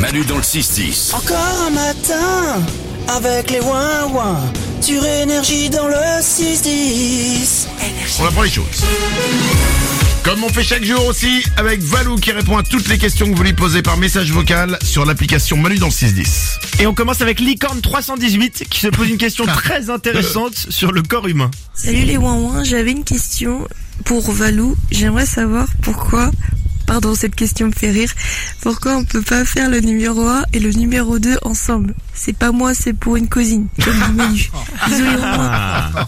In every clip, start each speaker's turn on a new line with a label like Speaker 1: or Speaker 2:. Speaker 1: Manu dans le 6-10.
Speaker 2: Encore un matin avec les ouin-ouin sur énergie dans le 6-10.
Speaker 3: On apprend les choses. Comme on fait chaque jour aussi, avec Valou qui répond à toutes les questions que vous lui posez par message vocal sur l'application Manu dans le 610.
Speaker 4: Et on commence avec Licorne 318 qui se pose une question
Speaker 3: Ah.
Speaker 4: très intéressante
Speaker 3: Euh.
Speaker 4: sur le corps humain.
Speaker 5: Salut les Wanwan, j'avais une question pour Valou. J'aimerais savoir pourquoi, pardon, cette question me fait rire, pourquoi on peut pas faire le numéro 1 et le numéro 2 ensemble C'est pas moi, c'est pour une cousine, comme dit Manu. Bisous les Wanwan.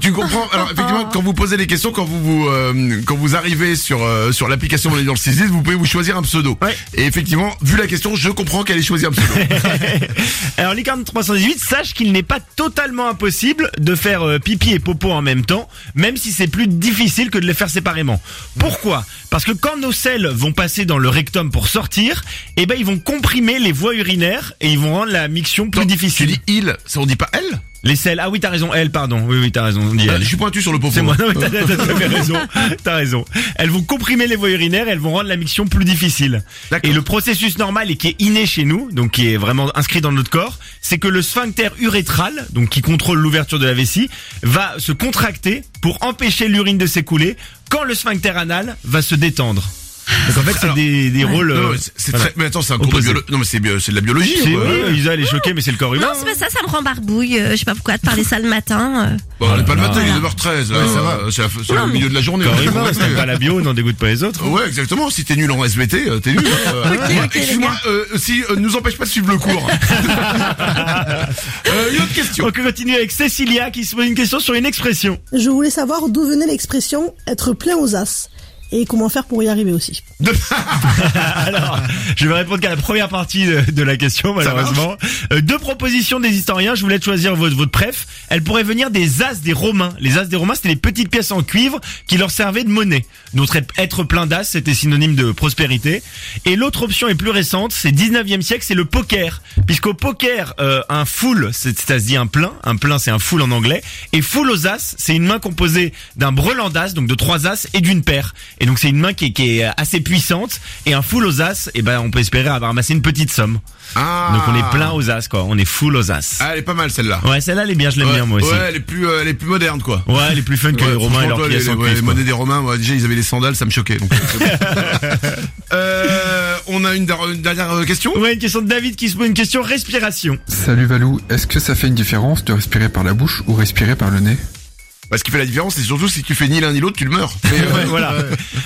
Speaker 3: Tu comprends Alors effectivement, quand vous posez les questions, quand vous, vous euh, quand vous arrivez sur euh, sur l'application Manu dans le 610, vous pouvez vous choisir un pseudo.
Speaker 4: Ouais.
Speaker 3: Et effectivement, vu la question, je comprends qu'elle ait choisi un pseudo.
Speaker 4: Alors Licorne 318, sache qu'il n'est pas totalement impossible de faire euh, pipi et popo en même temps, même si c'est plus difficile que de les faire séparément. Pourquoi Parce que quand nos selles vont passer dans le rectum pour sortir, eh ben ils vont comprimer les voies urinaires et ils vont rendre la miction plus
Speaker 3: Attends,
Speaker 4: difficile.
Speaker 3: Tu dis il, ça on dit pas elle
Speaker 4: Les selles, ah oui t'as raison, elle pardon, oui oui t'as raison, on dit
Speaker 3: Euh,
Speaker 4: elle.
Speaker 3: Je suis pointu sur le
Speaker 4: C'est
Speaker 3: pauvre.
Speaker 4: moi, non mais t'as t'as- t'as- t'as raison, t'as raison. Elles vont comprimer les voies urinaires, elles vont rendre la miction plus difficile.
Speaker 3: D'accord.
Speaker 4: Et le processus normal et qui est inné chez nous, donc qui est vraiment inscrit dans notre corps, c'est que le sphincter urétral, donc qui contrôle l'ouverture de la vessie, va se contracter pour empêcher l'urine de s'écouler quand le sphincter anal va se détendre. Donc en fait c'est
Speaker 3: Alors,
Speaker 4: des, des rôles...
Speaker 3: Non,
Speaker 4: euh,
Speaker 3: mais c'est- c'est
Speaker 4: voilà.
Speaker 3: très- Mais attends, c'est un cours de
Speaker 4: Opposé.
Speaker 3: biologie. Non, mais c'est bio- c'est de la biologie.
Speaker 4: C'est-
Speaker 3: ou, euh,
Speaker 4: oui, Isa elle est choquée mais c'est le corps humain.
Speaker 6: Non, c'est pas ça, ça me rend barbouille. euh, je sais pas pourquoi, de parler ça le matin. euh.
Speaker 3: Bon, on est pas le
Speaker 4: là
Speaker 3: matin, il est 9h13. là, ça va. C'est la- c'est le milieu de la journée.
Speaker 4: Corps
Speaker 3: on est
Speaker 4: humain,
Speaker 3: convaincu.
Speaker 4: c'est pas la bio, n'en dégoûte pas les autres.
Speaker 3: Ouais, exactement. Si t'es nul en SVT, euh, t'es nul. hein. Euh,
Speaker 6: Ok, ok,
Speaker 3: Excuse-moi, euh, si euh, nous empêche pas de suivre le cours. euh, une autre question.
Speaker 4: On continue avec Cécilia qui se pose une question sur une expression.
Speaker 7: Je voulais savoir d'où venait l'expression être plein aux as et comment faire pour y arriver aussi.
Speaker 4: Alors, je vais répondre qu'à la première partie de, de la question, malheureusement. Euh, deux propositions des historiens, je vous laisse choisir votre, votre préf. Elles pourraient venir des as des Romains. Les as des Romains, c'était les petites pièces en cuivre qui leur servaient de monnaie. Notre être plein d'as, c'était synonyme de prospérité. Et l'autre option est plus récente, c'est 19e siècle, c'est le poker. Puisqu'au poker, euh, un full, c'est- c'est-à-dire un plein, un plein c'est un full en anglais, et full aux as, c'est une main composée d'un brelan d'as, donc de trois as et d'une paire. Et donc c'est une main qui est, qui est assez puissante, et un full aux as, et ben on peut espérer avoir ramassé une petite somme.
Speaker 3: Ah.
Speaker 4: Donc on est plein aux as quoi, on est full aux as.
Speaker 3: Ah, elle est pas mal celle-là.
Speaker 4: Ouais celle-là elle est bien, je l'aime
Speaker 3: ouais,
Speaker 4: bien moi aussi.
Speaker 3: ouais,
Speaker 4: Ouais,
Speaker 3: elle est plus, euh, elle est plus moderne quoi.
Speaker 4: elle est plus fun que
Speaker 3: Ouais,
Speaker 4: les Romains et
Speaker 3: franchement,
Speaker 4: leurs
Speaker 3: toi,
Speaker 4: pièces
Speaker 3: les,
Speaker 4: en
Speaker 3: ouais, les
Speaker 4: cuivre, quoi.
Speaker 3: monnaies des Romains, moi, déjà ils avaient les sandales, ça me choquait. donc, c'est bon. euh, on a une, dar- une dernière euh, question.
Speaker 4: Ouais, une question de David qui se pose une question respiration.
Speaker 8: Salut Valou, est-ce que ça fait une différence de respirer par la bouche ou respirer par le nez
Speaker 3: Parce qu'il fait la différence, c'est surtout si tu fais ni l'un ni l'autre, tu le meurs. Mais, euh,
Speaker 4: Ouais, voilà.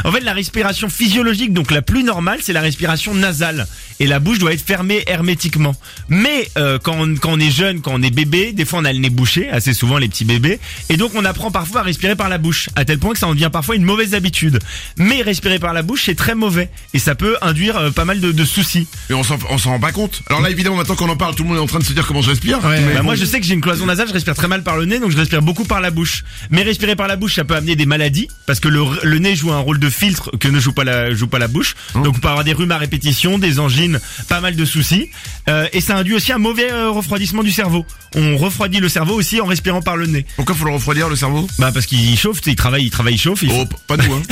Speaker 4: En fait, la respiration physiologique, donc la plus normale, c'est la respiration nasale. Et la bouche doit être fermée hermétiquement. Mais euh, quand, on, quand on est jeune, quand on est bébé, des fois on a le nez bouché, assez souvent les petits bébés. Et donc on apprend parfois à respirer par la bouche, à tel point que ça en devient parfois une mauvaise habitude. Mais respirer par la bouche, c'est très mauvais. Et ça peut induire euh, pas mal de, de soucis.
Speaker 3: mais on s'en on s'en rend pas compte. Alors là, évidemment, maintenant qu'on en parle, tout le monde est en train de se dire comment je respire. Mais
Speaker 4: Bah,
Speaker 3: bon.
Speaker 4: moi je sais que j'ai une cloison nasale, je respire très mal par le nez, donc je respire beaucoup par la bouche. Mais respirer par la bouche, ça peut amener des maladies, parce que le, le nez joue un rôle de filtre que ne joue pas la, joue pas la bouche. Donc on peut avoir des rhumes à répétition, des angines, pas mal de soucis. Euh, et ça induit aussi un mauvais euh, refroidissement du cerveau. On refroidit le cerveau aussi en respirant par le nez.
Speaker 3: Pourquoi faut le refroidir le cerveau
Speaker 4: Bah parce qu'il chauffe, tu sais, il travaille, il travaille, il chauffe. il-
Speaker 3: Oh, p- pas nous, hein.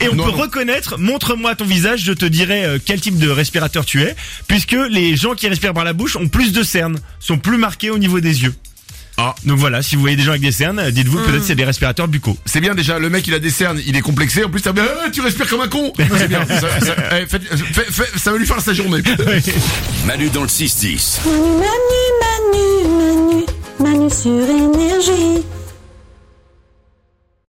Speaker 4: Et on
Speaker 3: Non,
Speaker 4: peut
Speaker 3: non.
Speaker 4: reconnaître, montre-moi ton visage, je te dirai euh, quel type de respirateur tu es, puisque les gens qui respirent par la bouche ont plus de cernes, sont plus marqués au niveau des yeux.
Speaker 3: Ah.
Speaker 4: Donc voilà, si vous voyez des gens avec des cernes, euh, dites-vous que peut-être c'est des respirateurs buccaux.
Speaker 3: C'est bien déjà, le mec il a des cernes, il est complexé, en plus t'as bien, Ah, tu respires comme un con C'est bien, ça, ça- eh, faites- fait- fait- ça va lui faire sa journée.
Speaker 1: Manu dans le 6-10.
Speaker 9: Manu, Manu, Manu, Manu sur énergie.